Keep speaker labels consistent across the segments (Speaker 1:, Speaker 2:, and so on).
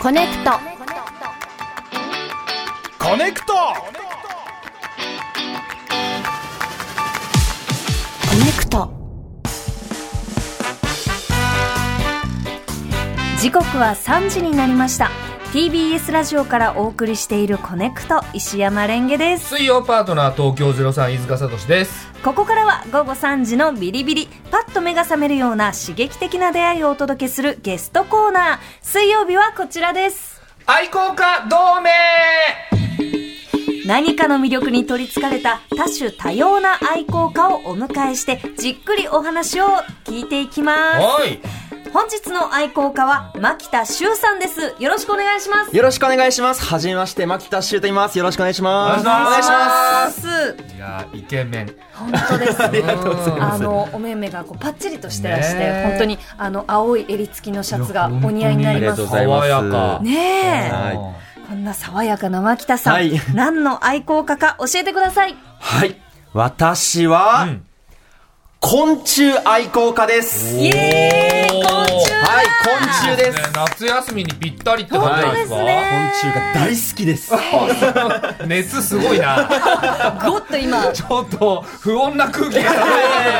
Speaker 1: コネクト
Speaker 2: コネクト
Speaker 1: コネクト
Speaker 3: 時刻は3時になりました TBS ラジオからお送りしているコネクト石山レンゲです
Speaker 2: 水曜パートナー東京03飯塚聡です
Speaker 3: ここからは午後3時のビリビリパッと目が覚めるような刺激的な出会いをお届けするゲストコーナー水曜日はこちらです
Speaker 2: 愛好家同盟
Speaker 3: 何かの魅力に取りつかれた多種多様な愛好家をお迎えしてじっくりお話を聞いていきます
Speaker 2: はい
Speaker 3: 本日の愛好家は牧田修さんですよろしくお願いします
Speaker 4: よろしくお願いします。はじめまして、牧田修と言います。よろしくお願いします。
Speaker 2: お願いしま
Speaker 3: ます
Speaker 2: いやーイケメン
Speaker 3: 本当です
Speaker 2: ありがとうござい
Speaker 3: あのお目目がこうパッチリとしてらして、
Speaker 2: ねえ
Speaker 3: 本当にあの青い襟付きのシャツがお似合いになりま
Speaker 4: いや
Speaker 3: す
Speaker 4: 本当にありがとうござい
Speaker 2: 爽や
Speaker 4: ます
Speaker 2: か
Speaker 3: ねえ、
Speaker 4: はい
Speaker 3: こんな爽やかな牧田さん、
Speaker 4: はい
Speaker 3: 何の愛好家か教えてください
Speaker 4: はい。私は、
Speaker 2: うん
Speaker 4: 昆虫愛好家です。
Speaker 3: イエーイ
Speaker 2: おー
Speaker 3: 昆虫だ
Speaker 4: はい、昆虫です。
Speaker 2: ね夏休みにぴったりって感じ
Speaker 3: 本
Speaker 2: な
Speaker 3: 当
Speaker 2: ん
Speaker 3: で
Speaker 2: ですすか、
Speaker 4: 昆
Speaker 3: ね
Speaker 4: 虫が大好きで す。
Speaker 2: 熱すごいな
Speaker 3: ゴッと今
Speaker 2: ちょっと不穏な空気が
Speaker 4: や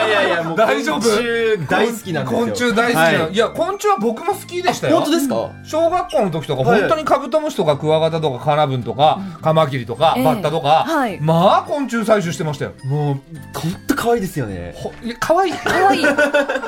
Speaker 4: いやいやもう
Speaker 2: 大丈夫
Speaker 4: 昆虫大好きなんですよ
Speaker 2: 昆虫大好きな、
Speaker 4: はい
Speaker 2: い、や昆虫は僕も好きでしたよ
Speaker 4: 本当ですか
Speaker 2: 小学校の時とか、
Speaker 4: はい
Speaker 2: 本当にカブトムシとかクワガタとかカナブンとか、カマキリとか、
Speaker 3: ええ
Speaker 2: バッタとか、
Speaker 3: はい
Speaker 2: まあ昆虫採集してましたよ
Speaker 4: もう、ほんと可愛いですよね。
Speaker 2: ほいや可愛い
Speaker 3: 可愛い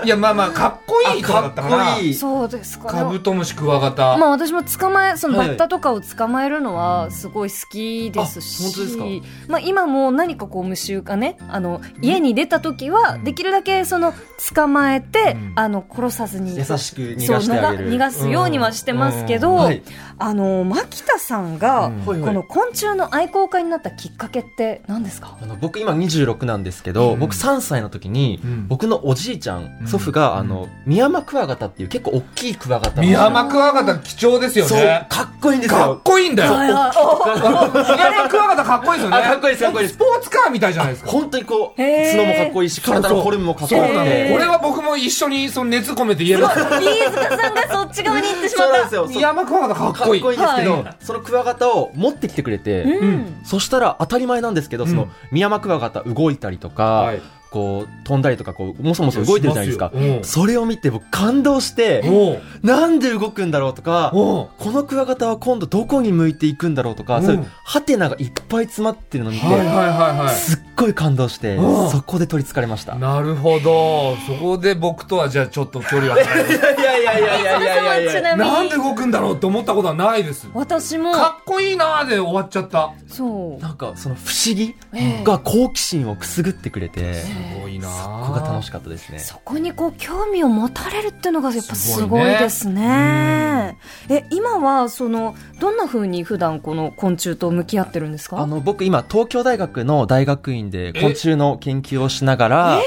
Speaker 2: いやまあまあかっこいいとかだ
Speaker 4: か
Speaker 2: った
Speaker 4: っ
Speaker 2: か
Speaker 4: こ
Speaker 2: ら
Speaker 4: いい。
Speaker 3: そうですか
Speaker 2: カ
Speaker 3: ね
Speaker 2: ブトムシクワガタ、
Speaker 3: まあ私も捕まえその
Speaker 4: は
Speaker 3: バ
Speaker 4: い
Speaker 3: ッタとかを捕まえるのはすごい好きです
Speaker 4: あ本
Speaker 3: し、
Speaker 4: 当で
Speaker 3: まあ今も何かこう虫がねあの家に出た時はできるだけその捕まえて、
Speaker 2: うん
Speaker 3: あの殺さずに
Speaker 4: 優しく逃
Speaker 3: そう
Speaker 4: がしてあげる。
Speaker 3: 逃がすようにはしてますけど、
Speaker 2: うん
Speaker 4: はい
Speaker 3: あの牧田さんが、
Speaker 2: うん
Speaker 4: はいは
Speaker 3: こ
Speaker 4: い
Speaker 3: の昆虫の愛好家になったきっかけって何ですか
Speaker 4: あの僕今26なんですけど、
Speaker 2: うん
Speaker 4: 僕3歳の時に、
Speaker 2: うん
Speaker 4: 僕のおじいちゃん、
Speaker 2: うん
Speaker 4: 祖父が、
Speaker 2: うん
Speaker 4: あの、ミヤマクワガタっていう結構大きいクワガタを
Speaker 2: ミヤマクワガタ貴重ですよ
Speaker 4: そう、
Speaker 2: ね
Speaker 4: かっこいいんです
Speaker 2: かっ
Speaker 4: よ。
Speaker 2: こいいんだよ
Speaker 3: はいはい
Speaker 2: ミヤマクワガタかっこいいですよね
Speaker 4: あかっこいいですかっこいいです
Speaker 2: スポーツカーみたいじゃないですか
Speaker 4: 本当にこう、
Speaker 3: へー
Speaker 4: 角もかっこいいし、体のフォルムもかっこ
Speaker 2: そう
Speaker 4: よ
Speaker 2: な
Speaker 4: く
Speaker 2: の、
Speaker 3: へ
Speaker 4: て。
Speaker 3: ー
Speaker 2: 俺は僕も一緒にその熱込めて言えます
Speaker 3: お飯塚さんがそっち側に行ってしま
Speaker 4: そう
Speaker 3: っ
Speaker 4: なん
Speaker 3: た
Speaker 4: ですよ。
Speaker 2: ミヤマクワガタかっ
Speaker 4: かっこ
Speaker 2: こ
Speaker 4: い
Speaker 2: い
Speaker 4: い
Speaker 2: い
Speaker 4: んですけど、
Speaker 3: は
Speaker 4: そのクワガタを持ってきてくれて、
Speaker 3: うん
Speaker 4: そしたら当たり前なんですけど、そうの
Speaker 2: ん
Speaker 4: ミヤマクワガタ動いたりとか、
Speaker 2: はい
Speaker 4: こう飛んだりとかこうもそもそ動いてるじゃないですか
Speaker 2: いやします
Speaker 4: それを見て僕感動して
Speaker 2: おう
Speaker 4: なんで動くんだろうとか
Speaker 2: おう
Speaker 4: このクワガタは今度どこに向いていくんだろうとか、
Speaker 2: うん
Speaker 4: そういうハテナがいっぱい詰まってるのを見て、
Speaker 2: はいはいはいはい
Speaker 4: すっごい感動して、
Speaker 2: うん
Speaker 4: そこで取りつかれま した。
Speaker 2: なるほど。そこで僕とはじゃあちょっと距離は離れて。
Speaker 4: いやいやいやいやいや
Speaker 3: 飯塚
Speaker 4: い
Speaker 3: さんはちなみに
Speaker 2: なんで動くんだろうって思ったことはないです。
Speaker 3: 私も
Speaker 2: かっこいいなーで終わっちゃった。
Speaker 3: そう
Speaker 4: なんかその不思議
Speaker 3: ええ
Speaker 4: が好奇心をくすぐってくれて、
Speaker 2: すごいな
Speaker 4: そ
Speaker 2: ー
Speaker 4: こが楽しかったですね。
Speaker 3: そこにこう興味を持たれるっていうのがやっぱす
Speaker 2: すご
Speaker 3: ごい
Speaker 2: いね
Speaker 3: ですね。え今はそのどんな風に普段この昆虫と向き合ってるんです
Speaker 4: あ
Speaker 3: か？
Speaker 4: の僕今東京大学の大学院で
Speaker 2: え
Speaker 4: 昆虫の研究をしながら、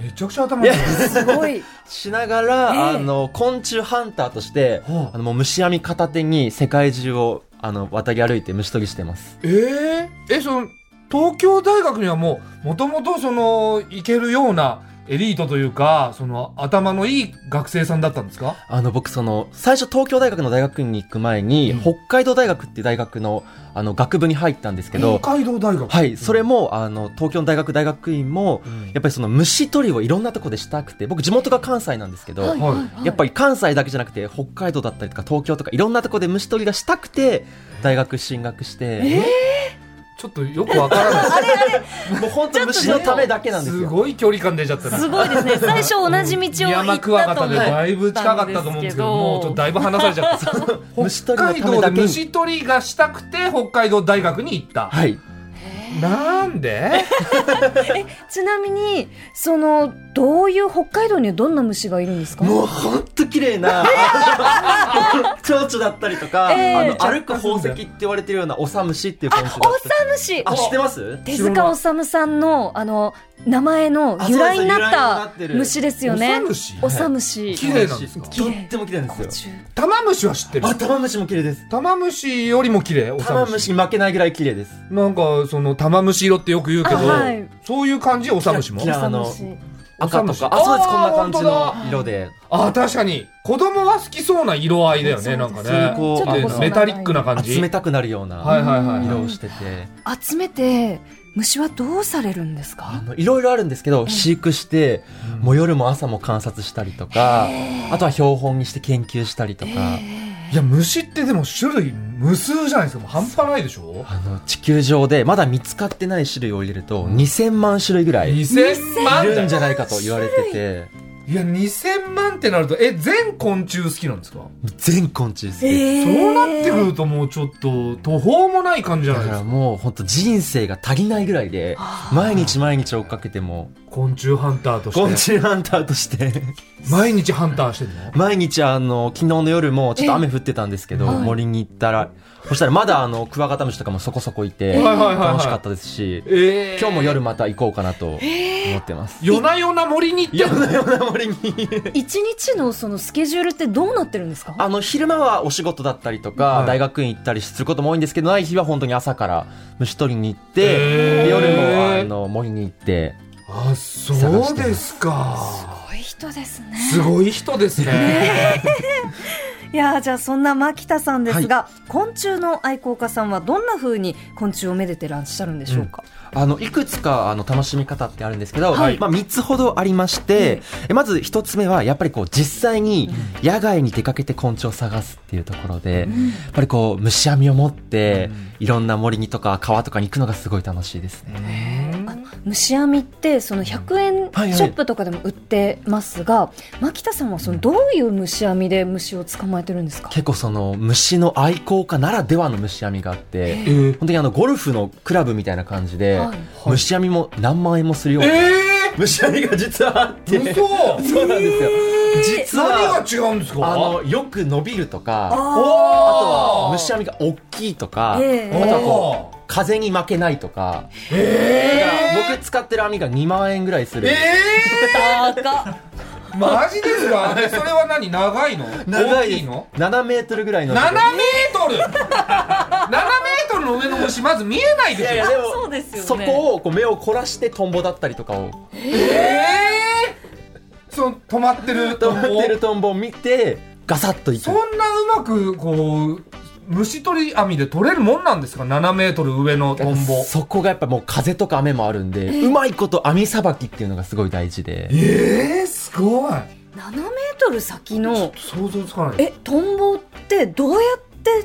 Speaker 2: めちゃくちゃ頭いい。
Speaker 3: すごい。
Speaker 4: しながら、
Speaker 3: ええ
Speaker 4: あの昆虫ハンターとして、
Speaker 2: はあ
Speaker 4: あのもう虫網片手に世界中をあの渡り歩いて虫取りしてます。
Speaker 2: えー、え、その、東京大学にはもう、もともとその、いけるようなエリートというか、その、頭のいい学生さんだったんですか
Speaker 4: あの僕その最初東京大学の大学院に行く前に、
Speaker 2: うん
Speaker 4: 北海道大学っていう大学のあの学部に入ったんですけど、
Speaker 2: 北海道大学。
Speaker 4: はいそれもあの東京の大学大学院も、
Speaker 2: うん
Speaker 4: やっぱりその虫取りをいろんなとこでしたくて僕地元が関西なんですけど、
Speaker 2: いはい
Speaker 4: やっぱり関西だけじゃなくて北海道だったりとか東京とかいろんなとこで虫取りがしたくて大学進学して、
Speaker 2: ちょっとよくわからない。
Speaker 4: もう本当虫のためだけなんです
Speaker 2: す
Speaker 4: よ。
Speaker 2: ごい距離感出ちゃったな。
Speaker 3: すごいですね。最初同じ道を行
Speaker 2: 山
Speaker 3: った
Speaker 2: クワガ
Speaker 3: と
Speaker 2: タ
Speaker 3: 思
Speaker 2: で
Speaker 3: う。
Speaker 2: だいぶ近かったと思うんですけど、もうちょっとだいぶ離されちゃった。
Speaker 4: 虫取り
Speaker 2: 北海
Speaker 4: のため
Speaker 2: 道
Speaker 4: だ
Speaker 2: で
Speaker 4: けに。
Speaker 2: 虫取りがしたくて北海道大学に行った。
Speaker 4: はい。
Speaker 2: なんで
Speaker 3: ちなみにそのどういう北海道にはどんな虫がいるんですか？
Speaker 4: もうほんと綺麗な、蝶々だったりとか、
Speaker 3: ええ
Speaker 4: あの歩く宝石って言われてるようなオサムシっていう昆虫だった
Speaker 3: オ
Speaker 4: り。
Speaker 3: サムシ。
Speaker 4: あ、知ってます
Speaker 3: 手塚治虫さんのあの名前の由来にな
Speaker 4: あ
Speaker 3: っ
Speaker 4: そう
Speaker 3: た
Speaker 4: です由来になってる
Speaker 3: 虫ですよね。
Speaker 2: 虫
Speaker 3: オサムシ。
Speaker 2: 綺麗なんですか
Speaker 4: とっても綺麗なんですよ。
Speaker 2: 玉虫は知ってる
Speaker 4: あ、。玉虫も綺麗です。
Speaker 2: 玉虫よりも綺麗、オサ
Speaker 4: 玉
Speaker 2: ムシ。
Speaker 4: 虫に負けないぐらい綺麗です。
Speaker 2: なんか、その、玉虫色ってよく言うけど
Speaker 3: あはい、
Speaker 2: そういう感じ、オサムシも
Speaker 4: キ。ラ
Speaker 3: オ
Speaker 4: あ
Speaker 3: サム
Speaker 4: の
Speaker 3: シ。
Speaker 4: 赤とか
Speaker 2: あ
Speaker 4: あそうですこん
Speaker 2: あー
Speaker 4: な感じ
Speaker 2: 本当
Speaker 4: の
Speaker 2: だ
Speaker 4: 色で
Speaker 2: あ確かに子供は好きそうな色合いだよね
Speaker 3: そ
Speaker 2: な
Speaker 3: うんで
Speaker 2: か
Speaker 3: す
Speaker 2: ね
Speaker 4: そういうこう
Speaker 2: ちょっとメタリックな感じ
Speaker 4: 集めたくなるよ
Speaker 2: は
Speaker 4: う
Speaker 2: い
Speaker 4: な
Speaker 2: はいはい
Speaker 4: 色
Speaker 2: は
Speaker 4: をしてて
Speaker 3: 集めて虫はどうされるんです
Speaker 4: あ
Speaker 3: か
Speaker 4: のいろいろあるんですけど飼育して
Speaker 2: い
Speaker 4: もう夜も朝も観察したりとかあとは標本にして研究したりとか
Speaker 2: いや虫ってでも種類無数じゃないですかもう半端ないでしょ
Speaker 4: あの地球上でまだ見つかってない種類を入れると2000万種類ぐらいい
Speaker 2: 2000万
Speaker 4: るんじ
Speaker 2: だ
Speaker 4: ゃ
Speaker 2: よ
Speaker 4: ないかと言われてて
Speaker 2: いや2000万ってなるとえ全昆虫好きなんですか
Speaker 4: 全昆虫好きです
Speaker 2: そうなってく
Speaker 3: る
Speaker 2: るともうちょっと途方もない感じじゃ
Speaker 4: だ
Speaker 2: ない
Speaker 4: か
Speaker 2: ですか
Speaker 4: らもう本当人生が足りないぐらいで毎日毎日追っかけても
Speaker 2: 昆虫ハンターと
Speaker 4: 昆
Speaker 2: して
Speaker 4: 虫ハンターとして
Speaker 2: 毎日ハンターしてんの
Speaker 4: 毎日あの昨日の夜もちょっと雨降ってたんですけど
Speaker 3: はい
Speaker 4: 森に行ったらそしたらまだあのクワガタムシとかもそこそこい
Speaker 2: は
Speaker 4: て
Speaker 2: いはいはいはい
Speaker 4: 楽しかったですし
Speaker 2: えー
Speaker 4: 今日も夜また行こうかなと思ってます。
Speaker 2: 夜な夜な森に行って
Speaker 4: 夜の夜の森に
Speaker 3: 一日のそのスケジュールってどうなってるんですか
Speaker 4: あの昼間はお仕事だったりとか、
Speaker 2: はい
Speaker 4: 大学院行ったりすることも多いんですけどない日は本当に朝から虫取りに行って、
Speaker 2: へー
Speaker 4: で夜もあの森に行って
Speaker 2: あそうですか
Speaker 3: すごい人ですね
Speaker 2: すごい人ですね
Speaker 3: いやーじゃあそんな牧田さんですが、昆虫の愛好家さんはどんな風に昆虫をめでてらっしゃるんでしょうか、
Speaker 4: あのいくつかあの楽しみ方ってあるんですけど、
Speaker 3: はい
Speaker 4: まあ、3つほどありまして、えまず1つ目はやっぱりこう実際に野外に出かけて昆虫を探すっていうところで、やっぱりこう虫網を持って、いろんな森にとか川とかに行くのがすごい楽しいですね。
Speaker 3: あ虫網ってその100円
Speaker 4: はいはい
Speaker 3: ショップとかでも売ってますが、牧田さんはそのどういう虫網で虫を捕まえてるんですか、
Speaker 4: 結構その虫の愛好家ならではの虫網があって、
Speaker 2: えー
Speaker 4: 本当にあのゴルフのクラブみたいな感じで、
Speaker 3: はい
Speaker 4: 虫網も何万円もするような、
Speaker 2: え
Speaker 4: 虫網が実はあって
Speaker 2: ー、嘘
Speaker 4: そうなんですよ実
Speaker 2: 何が
Speaker 4: は
Speaker 2: 違うんですか
Speaker 4: あのよく伸びるとか
Speaker 2: お
Speaker 4: あ
Speaker 2: ー
Speaker 4: とは虫網が大きいとか、
Speaker 3: ええ
Speaker 4: あとはこう風に負けないとか、だから僕使ってる網が2万円ぐらいする、
Speaker 2: ええ
Speaker 3: 高
Speaker 2: ー、マジです かえそれは何長いの
Speaker 4: 長い
Speaker 2: 大きいの
Speaker 4: 7メートルぐらいの
Speaker 2: 7メートル !7 メートルの上の虫まず見えないでしょ
Speaker 4: いやいやでも
Speaker 3: そうですよね
Speaker 4: そこをこう目を凝らしてトンボだったりとかを
Speaker 2: ええー、その止まってる
Speaker 4: 止まってるトンボを見てガサッといく
Speaker 2: そんなうまくこう虫取り網で取れるもんなんですか7メートル上のトンボ
Speaker 4: そこがやっぱもう風とか雨もあるんで、うまいこと網さばきっていうのがすごい大事で
Speaker 2: ええー、すごい
Speaker 3: 7メートル先
Speaker 2: ちょっ
Speaker 3: の
Speaker 2: と想像つかない
Speaker 3: えトンボってどうやって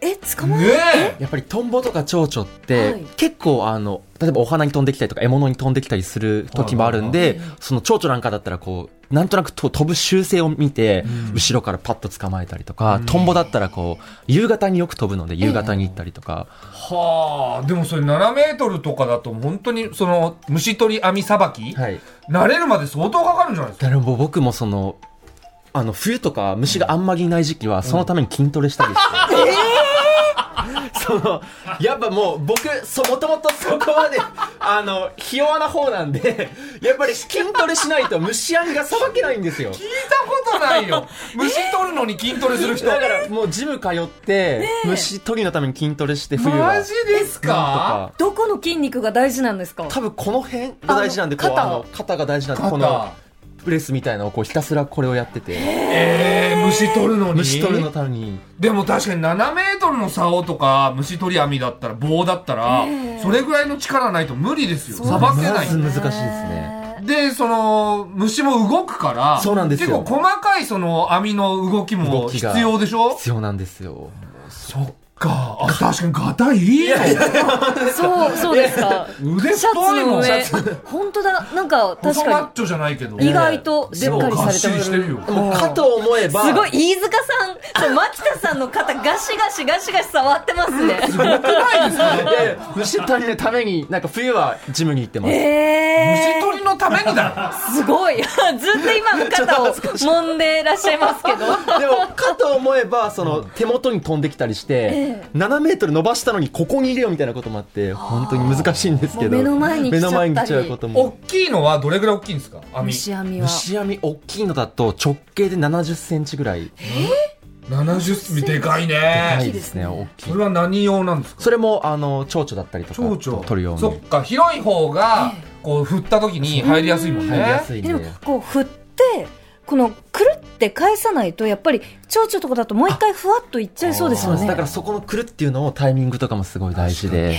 Speaker 3: え捕まえる、
Speaker 2: ね
Speaker 4: やっぱりトンボとか蝶々って、
Speaker 3: はい
Speaker 4: 結構あの例えばお花に飛んできたりとか獲物に飛んできたりする時もあるんで、その蝶々なんかだったらこうなんとなくと飛ぶ習性を見て、
Speaker 2: うん
Speaker 4: 後ろからパッと捕まえたりとか、
Speaker 2: うん
Speaker 4: トンボだったらこう夕方によく飛ぶので夕方に行ったりとか、
Speaker 2: はあでもそれ7メートルとかだと本当にその虫取り網さばき、
Speaker 4: はい、
Speaker 2: 慣れるまで相当かかるんじゃないですか
Speaker 4: だからもう僕もそのあの冬とか虫があんまりいない時期はそのために筋トレしたりして、 そのやっぱもう僕そもともとそこまであのひ弱な方なんでやっぱり筋トレしないと虫網がさばけないんですよ
Speaker 2: 聞いたことないよ虫取るのに筋トレする人
Speaker 4: だからもうジム通って虫取りのために筋トレして冬は
Speaker 2: マジです
Speaker 4: なんと
Speaker 2: か
Speaker 4: か
Speaker 3: どこの筋肉が大事なんですか
Speaker 4: 多分この辺が大事なんでこう
Speaker 3: あ
Speaker 4: あ
Speaker 3: の
Speaker 4: の肩が大事なんで
Speaker 2: 肩
Speaker 4: このプレスみたいなのをこうひたすらこれをやってて
Speaker 2: えー、虫取るのに
Speaker 4: 虫取るのために。
Speaker 2: でも確かに7メートルの竿とか虫取り網だったら棒だったら、それぐらいの力ないと無理ですよさばけない
Speaker 4: まず難しいですね。
Speaker 2: でその虫も動くから
Speaker 4: そうなんですよ
Speaker 2: 結構細かいその網の動きも
Speaker 4: 動き
Speaker 2: 必
Speaker 4: が
Speaker 2: 要でしょ
Speaker 4: 必要なんですよ。
Speaker 2: そっかあ確かにガタイいいよ
Speaker 3: そうそうですか
Speaker 2: 腕
Speaker 3: シャツ
Speaker 2: 太いも
Speaker 3: の
Speaker 2: ん
Speaker 3: 上本当だなんか確
Speaker 2: 細マッ
Speaker 3: か
Speaker 2: チョじゃないけど
Speaker 3: に意外としっか
Speaker 2: で
Speaker 3: りされて
Speaker 2: もがっしりしてるよ
Speaker 4: もうかと思えば、
Speaker 3: すごい飯塚さんそう牧田さんの肩ガシガシガシガシ触ってますね
Speaker 4: いやいや虫取りのために、なんか冬はジムに行ってます。
Speaker 3: え
Speaker 2: 虫取りのためにだ
Speaker 3: ー、すごい ずっと今の肩を揉んでらっしゃいますけど
Speaker 4: でも、かと思えば、その、手元に飛んできたりして、7メートル伸ばしたのにここにいるよみたいなこともあって、本当に難しいんですけど。
Speaker 3: もう目の前に来ちゃったり
Speaker 4: 目の前に来ちゃうこと
Speaker 2: よ大
Speaker 4: も。
Speaker 2: きいのはどれぐらい大きいんですか網
Speaker 3: 虫網は
Speaker 4: 虫網大きいのだと直径で70センチぐらい。
Speaker 2: 70センチでかい
Speaker 4: な
Speaker 2: ね
Speaker 4: いですね、大きい
Speaker 2: そ。れは何用なんですか
Speaker 4: それも、あの、蝶々だったりとか、
Speaker 2: 蝶々
Speaker 4: 取るよう
Speaker 2: そっ
Speaker 4: に。
Speaker 2: か広い方がこう振った時に入りやすいもんね
Speaker 4: 入りやすい
Speaker 3: でも
Speaker 4: ね
Speaker 3: こう振ってこのくるって返さないとやっぱり蝶々とかだともう一回ふわっといっちゃいそうです
Speaker 4: そう
Speaker 3: よ
Speaker 4: です
Speaker 3: ね
Speaker 4: だからそこのくるっていうのをタイミングとかもすごい大事で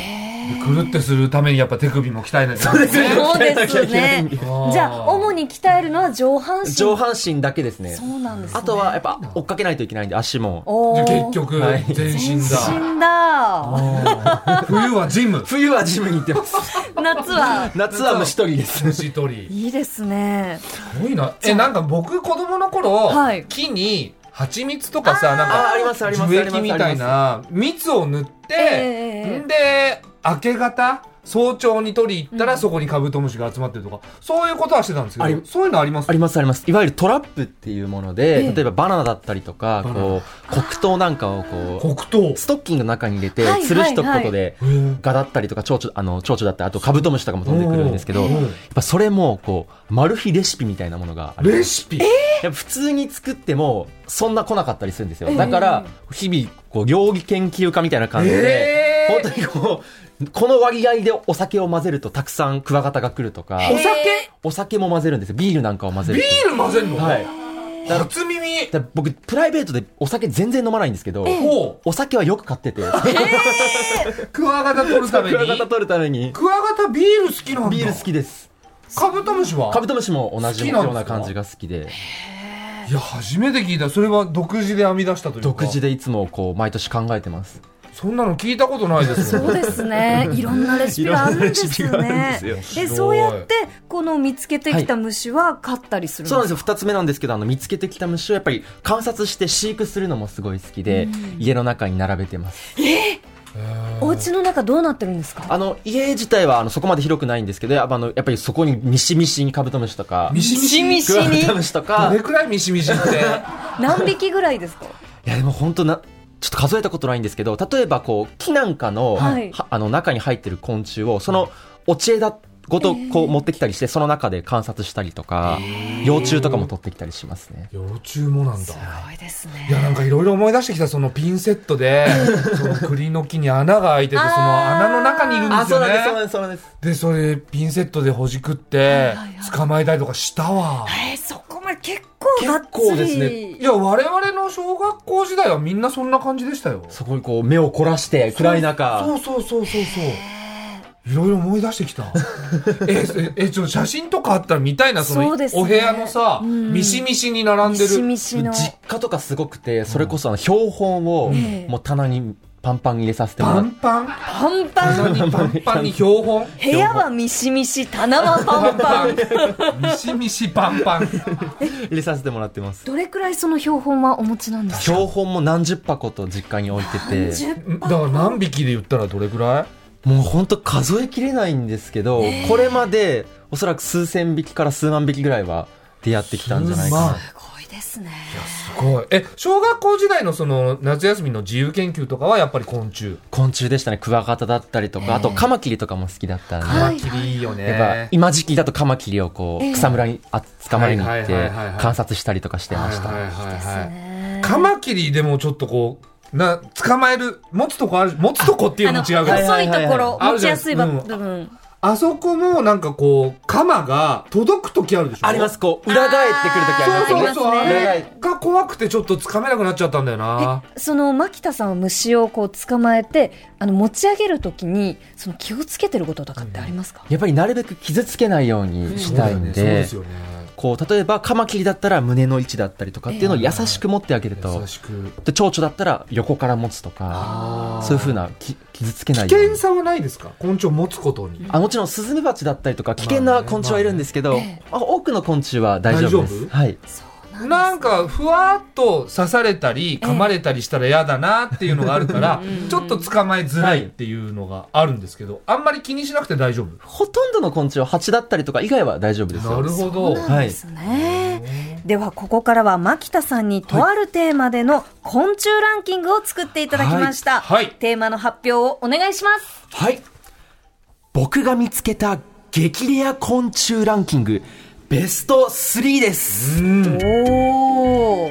Speaker 2: くるってするためにやっぱ手首も鍛えないとそうです
Speaker 3: そうですよね
Speaker 4: 鍛えなきゃいけない
Speaker 3: じゃあ主に鍛えるのは上半身
Speaker 4: 上半身だけですね
Speaker 3: そうなんです、ね、
Speaker 4: あとはやっぱ追っかけないといけないんで足も
Speaker 3: おー
Speaker 2: 結局
Speaker 4: はい
Speaker 2: 全
Speaker 3: 全
Speaker 2: 身だ
Speaker 3: 身だ
Speaker 2: 冬はジム
Speaker 4: 冬はジムに行ってます
Speaker 3: 夏は
Speaker 4: 夏は虫取りです
Speaker 2: 虫取り
Speaker 3: いいですね
Speaker 2: すごいなえなんか僕子供の頃、
Speaker 3: はい
Speaker 2: 木に蜂蜜とかさなんか
Speaker 4: あありますあります
Speaker 2: 樹液みた
Speaker 4: あ
Speaker 2: い
Speaker 4: りま
Speaker 2: な蜜を塗って、
Speaker 3: ええ
Speaker 2: んで明け方早朝に取り行ったら、
Speaker 3: うん
Speaker 2: そこにカブトムシが集まってるとかそういうことはしてたんです
Speaker 4: あ
Speaker 2: けど
Speaker 4: り
Speaker 2: そういうのあります
Speaker 4: ありますありますいわゆるトラップっていうもので、
Speaker 3: ええ
Speaker 4: 例えばバナナだったりとか
Speaker 2: バナナ
Speaker 4: こう黒糖なんかを
Speaker 2: 黒
Speaker 4: こ
Speaker 2: 糖
Speaker 4: うストッキングの中に入れて
Speaker 3: はいはいはい
Speaker 4: 吊るしとくことで
Speaker 2: へー
Speaker 4: ガだったりとか蝶々あの蝶々だったりあとカブトムシとかも飛んでくるんですけど
Speaker 2: お
Speaker 4: や
Speaker 2: ー
Speaker 4: っぱそれもこうマル秘レシピみたいなものがあります
Speaker 2: レシピ
Speaker 4: やっぱ普通に作ってもそんな来なかったりするんですよ、
Speaker 3: ええ
Speaker 4: だから日々こう料理研究家みたいな感じで、
Speaker 2: ええ
Speaker 4: 本当にこうこの割合でお酒を混ぜるとたくさんクワガタが来るとか、
Speaker 2: お酒
Speaker 4: お酒も混ぜるんですよビールなんかを混ぜ
Speaker 2: ビ
Speaker 4: ると
Speaker 2: ール混ぜんの、
Speaker 4: はい
Speaker 2: 初耳
Speaker 4: だから僕プライベートでお酒全然飲まないんですけど、
Speaker 2: ほ
Speaker 4: お酒はよく 買ってて、
Speaker 2: うクワガタ取るために
Speaker 4: クワガタ取るために
Speaker 2: クワガタビール好きなんだ
Speaker 4: ビール好きです
Speaker 2: カブトムシは
Speaker 4: カブトムシも同じ
Speaker 2: 好きなんですか
Speaker 4: ような感じが好きで
Speaker 2: いや初めて聞いたそれは独自で編み出したというか
Speaker 4: 独自でいつもこう毎年考えてます
Speaker 2: そんなの聞いたことないですよ
Speaker 3: そうですね。いろんなレシピがあるんです
Speaker 4: いろんな
Speaker 3: ね
Speaker 4: レシ。ピがあるんです
Speaker 3: で、
Speaker 2: 白い
Speaker 3: そうやって、この見つけてきた虫は飼ったりする
Speaker 4: そうなん
Speaker 3: で
Speaker 4: ですよ二つ目なんですけどあの見つけてきた虫をやっぱり観察して飼育するのもすごい好きで、家の中に並べてま
Speaker 3: す
Speaker 4: す
Speaker 3: お家の中どうなってるんですか
Speaker 4: あの家自体はあのそこまで広くないんですけどやっぱあのやっぱりそこにミシミシにカブトムシとか
Speaker 2: ミシミシ
Speaker 3: ミシ
Speaker 4: クワ
Speaker 3: に
Speaker 4: ガタムシと
Speaker 2: ど
Speaker 4: か
Speaker 2: れくらいミシミシって
Speaker 3: 何匹ぐらいですか
Speaker 4: いやでも本当なちょっと数えたことないんですけど例えばこう木なんかの,は、
Speaker 3: はい
Speaker 4: あの中に入ってる昆虫をその落ち枝ごとこう持ってきたりして、その中で観察したりとか、幼虫とかも取ってきたりしますね
Speaker 2: 幼虫もなんだ
Speaker 3: ごいですね
Speaker 2: いやなんかいろいろ思い出してきたそのピンセット でその栗の木に穴が開いててそ
Speaker 3: あー
Speaker 2: の穴の中にいるんですよね
Speaker 4: ですそうなんです
Speaker 2: でそれピンセットでほじくって捕まえたりとかしたわ
Speaker 3: えーそこまで結構がっつり。
Speaker 4: 結構ですね
Speaker 2: いや我々の小学校時代はみんなそんな感じでしたよ
Speaker 4: そこにこう目を凝らして暗い中
Speaker 2: そうそうそうそうそういろいろ思い出してき たえええちょっと写真とかあったら見たいなその
Speaker 3: そうですね
Speaker 2: お部屋のさ、
Speaker 3: うん
Speaker 2: ミシミシに並んで
Speaker 3: ミ
Speaker 2: る
Speaker 3: シミシの。
Speaker 4: 実家とかすごくて、それこそあの標本を
Speaker 3: ええ
Speaker 4: もう棚にパンパンに入れさせてもら
Speaker 2: パ
Speaker 4: っ
Speaker 2: ン
Speaker 4: て、
Speaker 2: パン
Speaker 3: パンパン。
Speaker 2: 棚にパンパンに標本
Speaker 3: 部屋はミシミシ、棚はパン パン。
Speaker 2: ミシミシパンパン
Speaker 4: 入れさせてもらってます。
Speaker 3: どれくらいその標本はお持ちなんですか
Speaker 4: 標本も何十箱と実家に置いてて、
Speaker 3: ?10
Speaker 2: だから何匹で言ったらどれくら
Speaker 4: もうほんと数えきれないんですけど、これまでおそらく数千匹から数万匹ぐらいは出会ってきたんじゃないか
Speaker 2: 数
Speaker 4: な
Speaker 2: 万。
Speaker 3: すごいですね。
Speaker 2: いすごいえ小学校時代のその夏休みの自由研究とかはやっぱり昆虫
Speaker 4: 昆虫でしたね、クワガタだったりと
Speaker 3: ええ
Speaker 4: か、あとカマキリとかも好きだったんで、
Speaker 3: はい
Speaker 2: キリいいよね
Speaker 4: やっぱ今時期だとカマキリをこ
Speaker 3: ええ
Speaker 4: う草むらにあ捕まえに行っ
Speaker 2: はいはい
Speaker 4: て
Speaker 2: はいはい
Speaker 4: 観察したりとかしてました。
Speaker 2: はいはいはい
Speaker 3: です
Speaker 2: はい
Speaker 3: ね。
Speaker 2: カマキリでもちょっとこうな捕まえる持つとこある持つとこっていう
Speaker 3: あ
Speaker 2: の
Speaker 3: の
Speaker 2: も違うけど
Speaker 3: 細いところ、
Speaker 2: はいはいはい
Speaker 3: 持ちやすい部
Speaker 2: あるじ
Speaker 3: 分。
Speaker 2: あそこもなんかこう、鎌が届くときあるでしょ
Speaker 4: ありま。す、こう、裏返ってくるときあり
Speaker 2: そ
Speaker 4: ま
Speaker 2: う
Speaker 4: す
Speaker 2: そ
Speaker 4: よ
Speaker 2: うそ
Speaker 4: ね。
Speaker 2: う、
Speaker 3: あ
Speaker 2: あ
Speaker 3: りますね
Speaker 2: れが怖くてちょっとつかめなくなっちゃったんだよな。
Speaker 3: その牧田さんは虫をこう捕まえてあの持ち上げるときにその気をつけてることとかってありますか、
Speaker 4: やっぱりなるべく傷つけないようにしたいん
Speaker 2: そうで
Speaker 4: で、
Speaker 2: すよね。
Speaker 4: こう、例えばカマキリだったら胸の位置だったりとかっていうのを
Speaker 2: ええ
Speaker 4: 優しく持ってあげると
Speaker 2: 優、しく。
Speaker 4: で、蝶々だったら横から持つとか、そういうふうなき傷つけない
Speaker 2: 危
Speaker 4: よう
Speaker 2: 険
Speaker 4: に。
Speaker 2: さはないですか昆虫を持つことに。
Speaker 4: あもちろんスズメバチだったりとか危険な昆虫はいるんですけど、
Speaker 3: まあね
Speaker 4: まあ多くの昆虫は大丈夫
Speaker 2: 大丈
Speaker 4: です。
Speaker 2: 夫
Speaker 4: はい。
Speaker 2: なんか、ふわっと刺されたり、噛まれたりしたら嫌だなっていうのがある から、ちょっと捕まえづらいっていうのがあるんですけど、あんまり気にしなくて大丈夫。
Speaker 4: ほとんどの昆虫は蜂だったりとか以外は大丈夫です
Speaker 2: な
Speaker 4: よ。
Speaker 2: るほど。
Speaker 4: なんです
Speaker 3: ね、ではここからは牧田さんにとあるテーマでの昆虫ランキングを作っていただきました、
Speaker 2: はいはい
Speaker 3: テーマの発表をお願いします
Speaker 4: はい。僕が見つけた激レア昆虫ランキング、ベスト3です。
Speaker 3: おお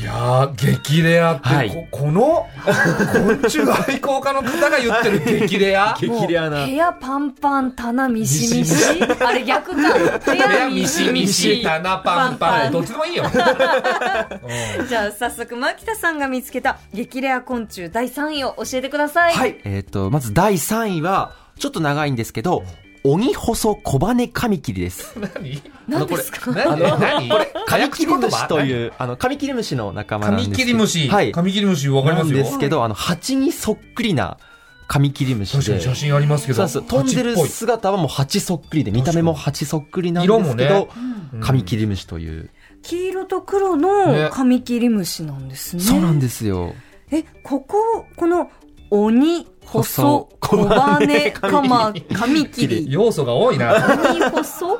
Speaker 2: いややー、激レアって、
Speaker 4: はい
Speaker 2: ここの、昆虫愛好家の方が言ってる激レア
Speaker 4: 激レア
Speaker 3: も
Speaker 4: な
Speaker 3: う部屋パンパン、棚ミシミシ。あれ逆か。部
Speaker 2: レ
Speaker 3: 屋
Speaker 2: アミシミシ、タナパンパン、どっちでも いいよ。うん
Speaker 3: じゃあ早速、牧田さんが見つけた激レア昆虫第3位を教えてください。
Speaker 4: はい。えっ、と、まず第3位は、ちょっと長いんですけど、鬼細小羽カミキリです。
Speaker 2: 何
Speaker 3: 何ですか
Speaker 2: 何何これ、
Speaker 4: カ
Speaker 2: 早
Speaker 4: ミキ
Speaker 2: 口
Speaker 4: リ
Speaker 2: 言
Speaker 4: ムシ
Speaker 2: 葉
Speaker 4: という、あの、カミキリムシの仲間
Speaker 2: カ
Speaker 4: なんで
Speaker 2: ミ
Speaker 4: すけど。
Speaker 2: キリムシ。
Speaker 4: はい。
Speaker 2: カミキリムシわかります
Speaker 4: な
Speaker 2: よ
Speaker 4: んで。すけど、あの、蜂にそっくりなカミキリムシで。
Speaker 2: 確かに写真ありますけ
Speaker 4: そう
Speaker 2: ど。
Speaker 4: なんです飛んでる
Speaker 2: 蜂っぽい
Speaker 4: 姿はもう蜂そっくりで、見た目も蜂そっくりなんですけ
Speaker 2: 色
Speaker 4: ど
Speaker 2: も、
Speaker 4: カミキリムシという。
Speaker 3: 黄色と黒の
Speaker 2: ね
Speaker 3: カミキリムシなんですね。
Speaker 4: そうなんですよ。
Speaker 3: え、ここ、この、鬼、細
Speaker 4: 細、
Speaker 3: 小羽、かま、カミキリ。
Speaker 2: 要素が多いな。
Speaker 3: 鬼、細、小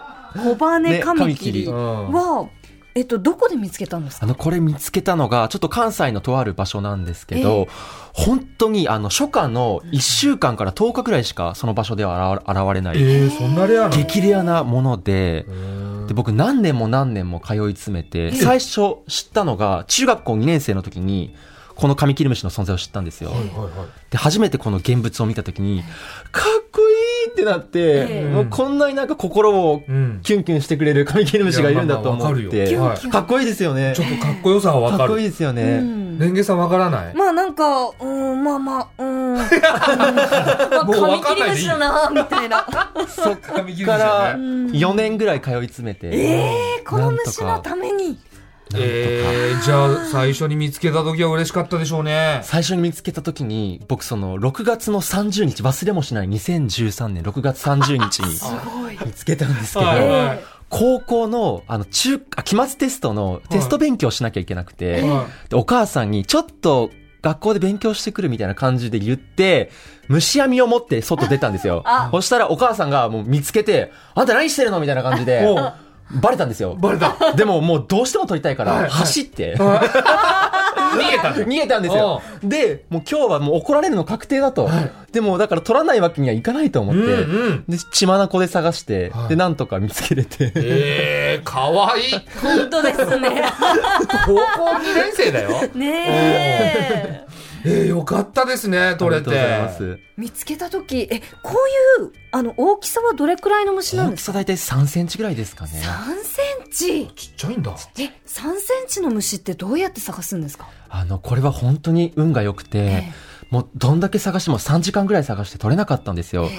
Speaker 3: 羽、
Speaker 4: ね
Speaker 3: カミキ
Speaker 4: カミキ
Speaker 3: リ
Speaker 4: リ
Speaker 2: うん
Speaker 3: は、えっと、どこで見つけたんです
Speaker 4: あ
Speaker 3: か
Speaker 4: の、これ見つけたのが、ちょっと関西のとある場所なんですけど、本当に、あの、初夏の1週間から10日くらいしか、その場所では現現れな い、
Speaker 2: えー、そんなレアなの
Speaker 4: 激レアなもので、
Speaker 2: うん
Speaker 4: で、僕何年も何年も通い詰めて、最初知ったのが、中学校2年生の時に、このカミキリムシの存在を知ったんですよ。
Speaker 2: はいはいはい。
Speaker 4: で、初めてこの現物を見た時に、かっこいいってなって、
Speaker 3: ええ
Speaker 4: もうこんなになんか心を
Speaker 2: うん。
Speaker 4: キュンキュンしてくれるカミキリムシがいるんだと思っ
Speaker 2: い
Speaker 4: て、
Speaker 2: やまあわか
Speaker 3: キュ
Speaker 2: るよ
Speaker 3: ンキュン
Speaker 4: かっこいいですよね
Speaker 2: はい。ちょっとかっこよさはわ
Speaker 4: か
Speaker 2: か
Speaker 4: っこいい
Speaker 2: る。
Speaker 4: ですよ
Speaker 3: う
Speaker 4: ね。
Speaker 3: ん
Speaker 2: レンゲさんわから ない
Speaker 3: まあなんか、うーん、まあまあ、うーん。まあ、
Speaker 2: もう
Speaker 3: カ
Speaker 2: わ
Speaker 3: ミ
Speaker 2: か
Speaker 3: キ
Speaker 2: ん
Speaker 3: リ
Speaker 2: ないでいい
Speaker 3: ムシだな、みたい な。
Speaker 4: そっか
Speaker 2: 神木隆
Speaker 4: ら
Speaker 2: 史ね
Speaker 4: 4年ぐらい通い詰めて、
Speaker 3: ええ、この虫のために。
Speaker 2: えー、じゃあ最初に見つけた時は嬉しかったでしょうね。
Speaker 4: 最初に見つけた時に、僕その6月の30日、忘れもしない2013年6月30日に
Speaker 3: ごい。
Speaker 4: 見つけたんですけど、
Speaker 2: はい
Speaker 3: え
Speaker 4: 高校の、あの、中、あ期末テストのテスト勉強しなきゃいけなくて、
Speaker 2: は
Speaker 4: でお母さんにちょっと学校で勉強してくるみたいな感じで言って、虫網を持って外出たんですよ
Speaker 3: あ。
Speaker 4: そしたらお母さんがもう見つけて、あんた何してるのみたいな感じ
Speaker 2: い
Speaker 4: で、
Speaker 2: おう
Speaker 4: バレたんですよ。
Speaker 2: バレた。
Speaker 4: でももうどうしても撮りたいか
Speaker 2: はいは
Speaker 4: ら、
Speaker 2: い
Speaker 4: 走って、
Speaker 2: 逃げたんだ
Speaker 4: 逃げたんですよ。で、もう今日はもう怒られるの確定だと。でもだから撮らないわけにはいかないと思っ
Speaker 2: う
Speaker 4: て、
Speaker 2: んうん。
Speaker 4: で、血眼で探して、
Speaker 2: はい
Speaker 4: で、なんとか見つけ れて。
Speaker 2: えー、かわいい。
Speaker 3: え本当ですね。
Speaker 2: 高校2年生だよ。
Speaker 3: ねえ。
Speaker 2: えー、よかったですね、取れて。
Speaker 4: ありがとうございます。
Speaker 3: 見つけたとき、え、こういう、あの、大きさはどれくらいの虫なん
Speaker 4: 大
Speaker 3: で
Speaker 4: き
Speaker 3: す
Speaker 4: さ大体3センチぐらいですかね。
Speaker 3: か ?3 センチ。
Speaker 2: ちっちゃいんだ。
Speaker 3: え、3センチの虫ってどうやって探すんですか
Speaker 4: あの、これは本当に運が良くて、もうどんだけ探しても3時間ぐらい探して取れなかったんですよ。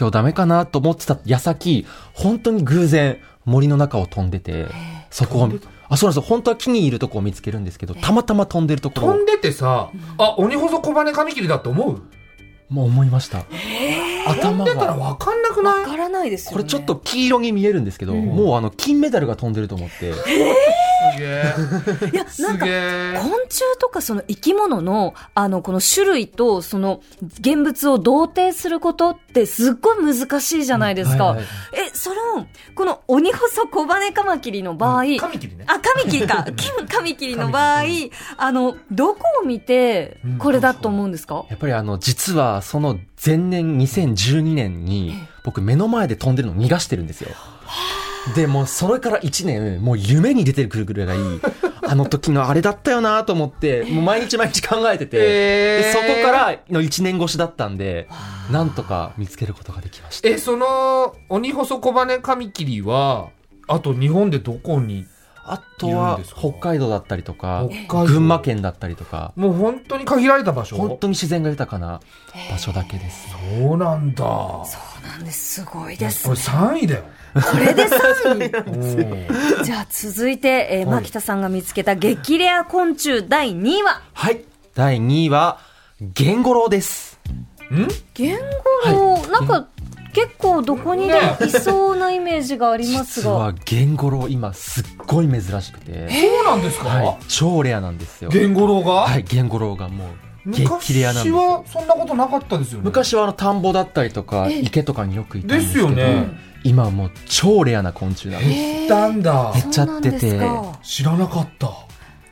Speaker 4: 今日ダメかなと思ってた矢先、本当に偶然森の中を飛んでて、そこを、あ、そうなんですよ。本当は木にいるとこを見つけるんですけど、たまたま飛んでるところ
Speaker 2: 飛
Speaker 4: を
Speaker 2: ん、でてさ、あ、鬼細小羽カミキリだって思う
Speaker 4: もう思いました。
Speaker 2: 飛ん
Speaker 4: 頭
Speaker 2: でたら
Speaker 4: が。
Speaker 2: わかんなく
Speaker 3: わ
Speaker 2: ない
Speaker 3: からないですよね。
Speaker 4: これちょっと黄色に見えるんですけど、もうあの金メダルが飛んでると思って、
Speaker 2: すげえ。
Speaker 3: いや、な
Speaker 2: す
Speaker 3: んか
Speaker 2: げ、え。
Speaker 3: 昆虫とかその生き物の、あの、この種類と、その、現物を同定することってすっごい難しいじゃないですか。
Speaker 4: うんはいは
Speaker 3: え、その、この鬼細小羽カマキリの場合、
Speaker 2: カミキリね。
Speaker 3: あ、カミキリ か。カミキリの場合、あの、どこを見て、これだと思うんですか、
Speaker 4: やっぱりあの、実はその前年2012年に、僕目の前で飛んでるのを逃がしてるんですよ。で、もうそれから1年、もう夢に出てくるぐ らい、あの時のあれだったよなと思って、もう毎日毎日考えてて、
Speaker 2: えー
Speaker 4: でそこからの1年越しだったんで、なんとか見つけることができました。
Speaker 2: え、その、鬼細小羽カミキリは、あと日本でどこに
Speaker 4: あと
Speaker 2: いるん
Speaker 4: は
Speaker 2: ですか
Speaker 4: 北海道だったりとか、
Speaker 2: 北海道
Speaker 4: 群馬県だったりとか、
Speaker 2: もう本当に限られた場所
Speaker 4: 本当に自然が豊かな場所だけです。
Speaker 2: そうなんだ。
Speaker 3: そうなんです。すごいです
Speaker 2: これ。3位だよ。
Speaker 3: これで3 位。
Speaker 2: うん
Speaker 3: じゃあ続いて、えー、牧田さんが見つけた激レア昆虫第2位は、
Speaker 4: はい。第2位は、ゲンゴロウです。
Speaker 3: ゲンゴロウ、なんか結構どこにで
Speaker 2: ね
Speaker 3: いそうなイメージがあります
Speaker 4: 実
Speaker 3: が。
Speaker 4: はゲンゴロウ今すっごい珍しくて、
Speaker 2: そうなんですか、
Speaker 4: はい、超レアなんですよ
Speaker 2: ゲンゴロウが、
Speaker 4: はいゲンゴロウがもう激
Speaker 2: 昔
Speaker 4: レアなんですよ
Speaker 2: はそんなことなかったですよね。
Speaker 4: 昔はあの田んぼだったりとか池とかによくいたんですけど
Speaker 2: ですよね
Speaker 4: 今はもう超レアな昆虫なんです
Speaker 2: 減ったんだ。
Speaker 4: え
Speaker 3: そうなんです
Speaker 4: 減っちゃ
Speaker 3: か。
Speaker 2: 知らなかった。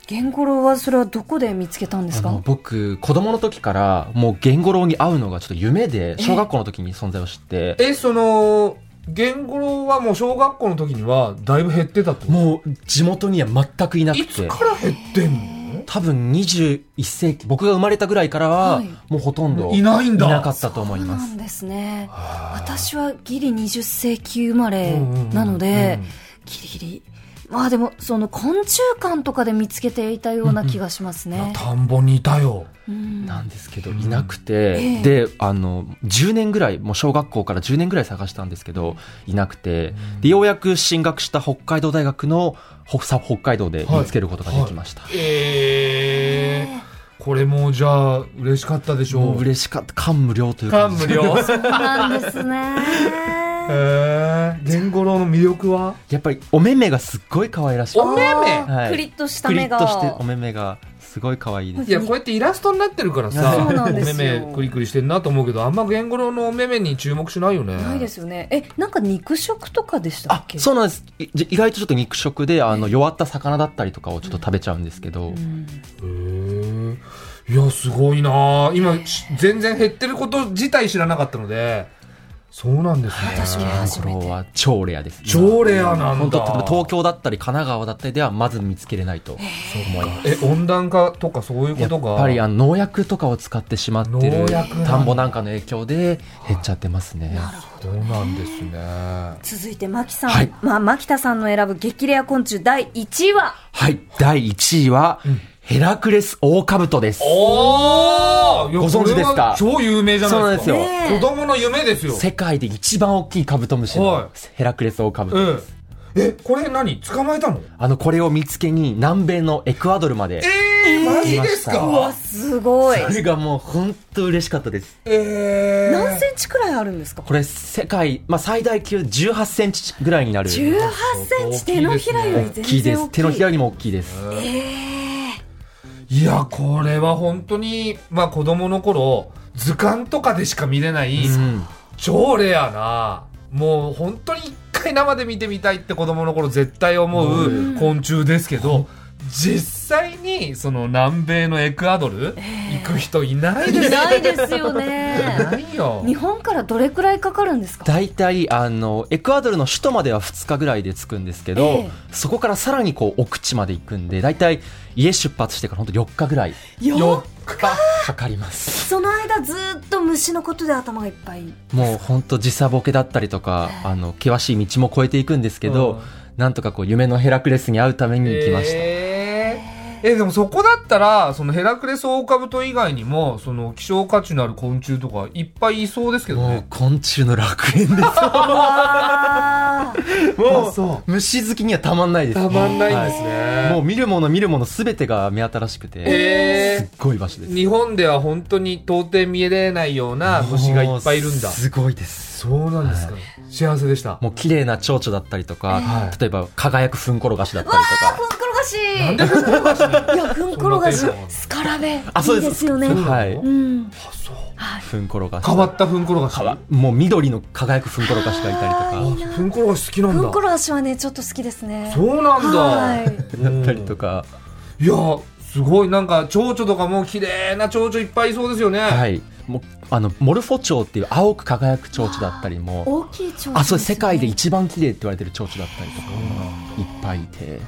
Speaker 3: ゲンゴロウはそれはどこで見つけたんです
Speaker 4: あの
Speaker 3: か
Speaker 4: 僕子供の時からもうゲンゴロウに会うのがちょっと夢で小学校の時に存在を知って
Speaker 2: え、その、ゲンゴロウはもう小学校の時にはだいぶ減ってたってこと
Speaker 4: もう地元には全くいなく
Speaker 2: いつ
Speaker 4: て
Speaker 2: から減ってんの
Speaker 4: 多分21世紀、僕が生まれたぐらいからは、
Speaker 3: はい
Speaker 4: もうほとんど
Speaker 2: いないんだ
Speaker 4: なかったと思いま
Speaker 3: な
Speaker 4: す
Speaker 3: ん。ですね私はギリ20世紀生まれなので、ギリギリまあでもその昆虫館とかで見つけていたような気がしますね、
Speaker 2: 田んぼにいたよ。
Speaker 3: うん
Speaker 4: なんですけど、いなくて、
Speaker 3: ええ
Speaker 4: で、あの、10年ぐらい、もう小学校から10年ぐらい探したんですけど、いなくて、で、ようやく進学した北海道大学の、ほさ北海道で見つけることができました。
Speaker 2: ええこれもじゃあ嬉しかったでし
Speaker 4: も
Speaker 2: ょ
Speaker 4: う
Speaker 2: う。
Speaker 4: 嬉しかった。感無量というか。
Speaker 2: 感無量。
Speaker 3: そうなんです ね
Speaker 2: ええ源五郎の魅力は
Speaker 4: やっぱり、お目目がすっごい可愛らしくて。
Speaker 2: お目目
Speaker 4: はい
Speaker 3: クリッとした
Speaker 4: クリ
Speaker 3: 目
Speaker 4: ッ
Speaker 3: が
Speaker 4: としてお目目がすごい可愛いです。
Speaker 2: いやこうやってイラストになってるからさ
Speaker 4: そう
Speaker 3: なんです
Speaker 2: お目
Speaker 3: よ
Speaker 2: 目クリクリしてんなと思うけどあんま源五郎のお目目に注目しないよね
Speaker 3: ないですよねえなんか肉食とかでしたっ
Speaker 4: あ
Speaker 3: け、
Speaker 4: そうなんです。いじ意外とちょっと肉食で、あの、弱った魚だったりとかをちょっと食べちゃうんですけど、
Speaker 3: うん
Speaker 2: へえいやすごいな今し全然減ってること自体知らなかったのでそうなんですね
Speaker 3: 私も初
Speaker 4: こ
Speaker 3: め
Speaker 4: れ
Speaker 3: て
Speaker 4: は超レアです。
Speaker 2: 超レアなん
Speaker 4: 本当
Speaker 2: だ
Speaker 4: 例えば東京だったり神奈川だったりではまず見つけれないと思います。
Speaker 2: え温暖化とかそういう
Speaker 4: や
Speaker 2: こ
Speaker 4: っ
Speaker 2: とが
Speaker 4: ぱりあの農薬とかを使ってしまってる
Speaker 2: 農薬なんだ
Speaker 4: 田んぼなんかの影響で減っちゃってますね。
Speaker 2: そうなんですね
Speaker 3: 続いて牧さん、
Speaker 4: はい
Speaker 3: まあ、牧田さんの選ぶ激レア昆虫第1位は
Speaker 4: はい、第1位はヘラクレスオオカブトです。
Speaker 2: おお
Speaker 4: ご存知ですか
Speaker 2: 超有名じゃないですか
Speaker 4: そうなん
Speaker 3: ですよねえ
Speaker 2: 子供の夢ですよ
Speaker 4: 世界で一番大きいカブトムシ
Speaker 2: はい
Speaker 4: のヘラクレスオオカブト。
Speaker 2: うんえこれ何捕まえたの
Speaker 4: あのこれを見つけに南米のエクアドルまで。
Speaker 2: えー、マジです
Speaker 4: う
Speaker 3: う
Speaker 2: か
Speaker 3: わすごい
Speaker 4: これがもう本当嬉しかったです。
Speaker 2: えー、
Speaker 3: 何センチくらいあるんですか
Speaker 4: これ世界、まあ、最大級18センチぐらいになる。
Speaker 3: 18センチ手のひらより
Speaker 4: 大
Speaker 3: 全
Speaker 4: きいで
Speaker 3: 然
Speaker 4: す。
Speaker 3: 大きい
Speaker 4: 手のひらよりも大きいです。
Speaker 2: いやこれは本当にまあ子供の頃図鑑とかでしか見れない、
Speaker 4: うん
Speaker 2: 超レアなもう本当に一回生で見てみたいって子供の頃絶対思う昆虫ですけど、実際にその南米のエクアドル行く人いないです
Speaker 3: い
Speaker 2: よ
Speaker 3: ないですよ
Speaker 2: い な
Speaker 3: ね
Speaker 2: いよ
Speaker 3: 日本からどれくらいかかるんですか
Speaker 4: 大体あのエクアドルの首都までは2日ぐらいで着くんですけど、
Speaker 3: ええ
Speaker 4: そこからさらにこう奥地まで行くんで大体家出発してから本当4日ぐらい
Speaker 3: よっ
Speaker 4: かかかります
Speaker 3: その間ずーっと虫のことで頭がいっぱい
Speaker 4: もう本当時差ボケだったりとかあの険しい道も越えていくんですけど、
Speaker 2: うん
Speaker 4: なんとかこう夢のヘラクレスに会うために行きました、
Speaker 2: えーえでもそこだったらそのヘラクレスオオカブト以外にもその希少価値のある昆虫とかいっぱいいそうですけど
Speaker 4: もう
Speaker 2: ね
Speaker 4: 昆虫の楽 園です
Speaker 3: あー
Speaker 2: もう
Speaker 4: 虫好きにはたまんないです
Speaker 2: たまんないんですね、
Speaker 4: はいもう見るもの見るものすべてが目新しくて、
Speaker 2: えー
Speaker 4: すっごい場所です
Speaker 2: 日本では本当に到底見れないような虫がいっぱいいるんだ
Speaker 4: もうすごいです
Speaker 2: そうなんですか、幸せでした
Speaker 4: もう綺麗な蝶々だったりとか、
Speaker 2: はい
Speaker 4: 例えば輝くふんころがしだったりとか。
Speaker 3: ふ
Speaker 2: なん
Speaker 3: ん
Speaker 2: で
Speaker 3: こ
Speaker 2: ふんころがし
Speaker 3: ろがしいやふんころがし
Speaker 2: そんなテンション
Speaker 3: スカラベ
Speaker 4: あ、そうです。
Speaker 3: いいですよね
Speaker 4: そうはい。
Speaker 3: うん
Speaker 4: ふんころがし。
Speaker 2: 変わったふんころがし
Speaker 4: かわもう緑の輝くふんころがしがいたりとか、
Speaker 2: あふんころがし好きなんだ
Speaker 3: ふんころがしはねちょっと好きですね
Speaker 2: そうなんだ、
Speaker 3: はい
Speaker 2: うん
Speaker 4: だったりとか、
Speaker 2: いやすごいなんか蝶々とかも綺麗な蝶々いっぱいいそうですよね、
Speaker 4: はい。もう、あの、モルフォ蝶っていう青く輝く蝶々だったりも、
Speaker 3: 大きい蝶々
Speaker 4: あ、そうです。世界で
Speaker 3: 一
Speaker 4: 一番綺麗って言われてる蝶々だったりとか、いっぱいいて、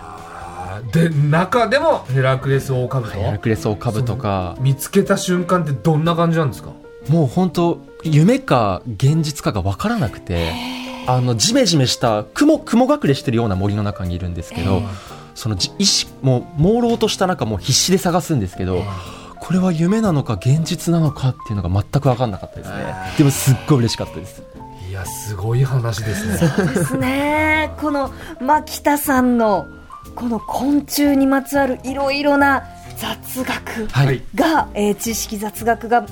Speaker 2: はあで中でもヘラクレスオオカブト
Speaker 4: ヘラクレスオオカブとか、
Speaker 2: 見つけた瞬間ってどんな感じなんですか
Speaker 4: もう本当夢か現実かが分からなくてあのジメジメした雲雲隠れしてるような森の中にいるんですけど、そのじ意識もう朦朧とした中もう必死で探すんですけど、これは夢なのか現実なのかっていうのが全く分かんなかったですね、でもすっごい嬉しかったです
Speaker 2: いやすごい話ですね
Speaker 3: ですねこの牧田さんのこの昆虫にまつわるいろいろな雑学
Speaker 4: はい、
Speaker 2: はい
Speaker 3: が、えー知識雑学が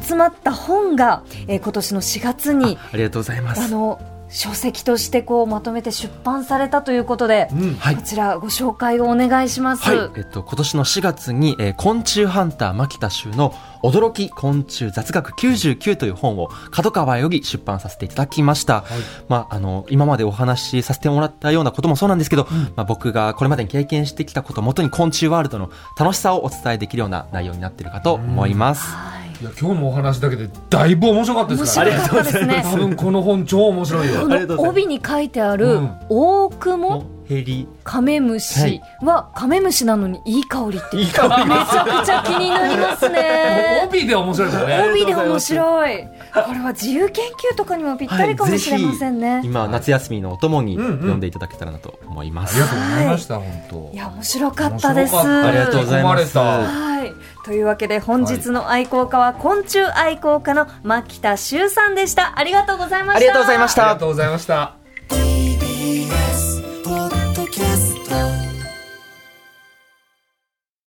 Speaker 3: 集まった本が、えー今年の4月に
Speaker 4: ありがとうございま
Speaker 3: あ
Speaker 4: す
Speaker 3: の書籍としてこうまとめて出版されたということで、
Speaker 2: うん
Speaker 4: はい
Speaker 3: こちらご紹介をお願いします。
Speaker 4: はい、えっと、今年の4月に、えー昆虫ハンター牧田衆の驚き昆虫雑学99という本を角川より出版させていただきました。まあ、あの、今までお話しさせてもらったようなこともそうなんですけど、まあ、僕がこれまでに経験してきたことをもとに昆虫ワールドの楽しさをお伝えできるような内容になっているかと思います。
Speaker 3: はい
Speaker 2: いや今日のお話だけでだいぶ面白かったで
Speaker 3: 面
Speaker 2: すから
Speaker 3: 白かったですね
Speaker 2: 多。分この本超面白いよ
Speaker 3: こ
Speaker 4: ありがとう
Speaker 3: の
Speaker 4: ございま
Speaker 3: 帯
Speaker 4: す
Speaker 3: に書いてあ
Speaker 2: う
Speaker 3: る
Speaker 2: ん
Speaker 3: 大雲
Speaker 4: ヘリ
Speaker 3: カメムシはカメムシなのにいい香りってめ
Speaker 4: い
Speaker 3: ち
Speaker 4: い香り
Speaker 3: ゃくちゃ気になります ね
Speaker 2: 帯で面白いですよね
Speaker 3: 帯で面白いこれは自由研究とかにもぴったりかもしれませんね、い、
Speaker 4: 今夏休みのお供に
Speaker 2: うんうん
Speaker 4: 読んでいただけたらなと思いま
Speaker 2: あ
Speaker 4: す、
Speaker 2: りがとうございました、本当
Speaker 3: や面白かったです
Speaker 2: 面白かった
Speaker 4: ありがとうござ
Speaker 2: 囲
Speaker 4: います
Speaker 2: まれた
Speaker 3: はいというわけで本日の愛好家は昆虫愛好家の牧田修さんでしたありがとうございました
Speaker 4: ありがとうございました
Speaker 2: ありがとうございました